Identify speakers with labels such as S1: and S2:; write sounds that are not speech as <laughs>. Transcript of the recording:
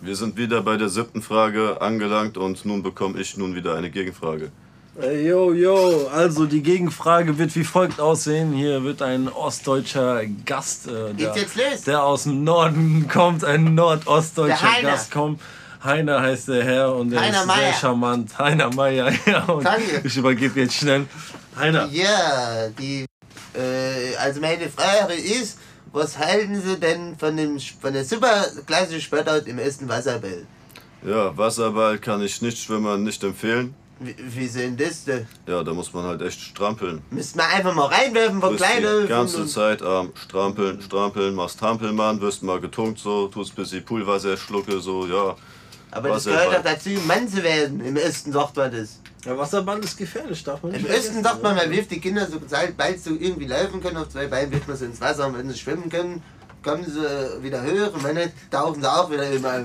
S1: Wir sind wieder bei der siebten Frage angelangt und nun bekomme ich nun wieder eine Gegenfrage.
S2: Ey, Yo, yo, also die Gegenfrage wird wie folgt aussehen. Hier wird ein ostdeutscher Gast, äh, der,
S3: Geht's jetzt los?
S2: der aus dem Norden kommt, ein
S3: Der
S2: nordostdeutscher
S3: Heiner.
S2: Gast kommt. Heiner heißt der Herr und er
S3: Heiner
S2: ist
S3: Meier.
S2: sehr charmant. Heiner Meier, <laughs> ja. Und
S3: Danke.
S2: ich übergebe jetzt schnell. Heiner,
S3: Ja, die. Äh, also meine Frage ist, was halten Sie denn von, dem, von der Superklasse Sportart im ersten Wasserball?
S1: Ja, Wasserball kann ich nicht Schwimmern nicht empfehlen.
S3: Wie, wie sind das denn?
S1: Ja, da muss man halt echt strampeln.
S3: Müssten wir einfach mal reinwerfen von
S1: Bist die
S3: kleine.
S1: ganze Zeit am Strampeln, Strampeln, machst Trampelmann, wirst mal getunkt so, tust ein bisschen Poolwasser schlucke so, ja.
S3: Aber das
S1: Wasserball.
S3: gehört doch dazu, Mann zu werden. Im Osten sagt man das.
S2: der Wasserband ist gefährlich, darf man
S3: Im
S2: nicht
S3: Osten
S2: vergessen,
S3: sagt man,
S2: ne?
S3: man wirft die Kinder so bald so irgendwie laufen können, auf zwei Beinen wirft man sie ins Wasser und wenn sie schwimmen können, kommen sie wieder höher und wenn nicht, tauchen sie auch wieder immer.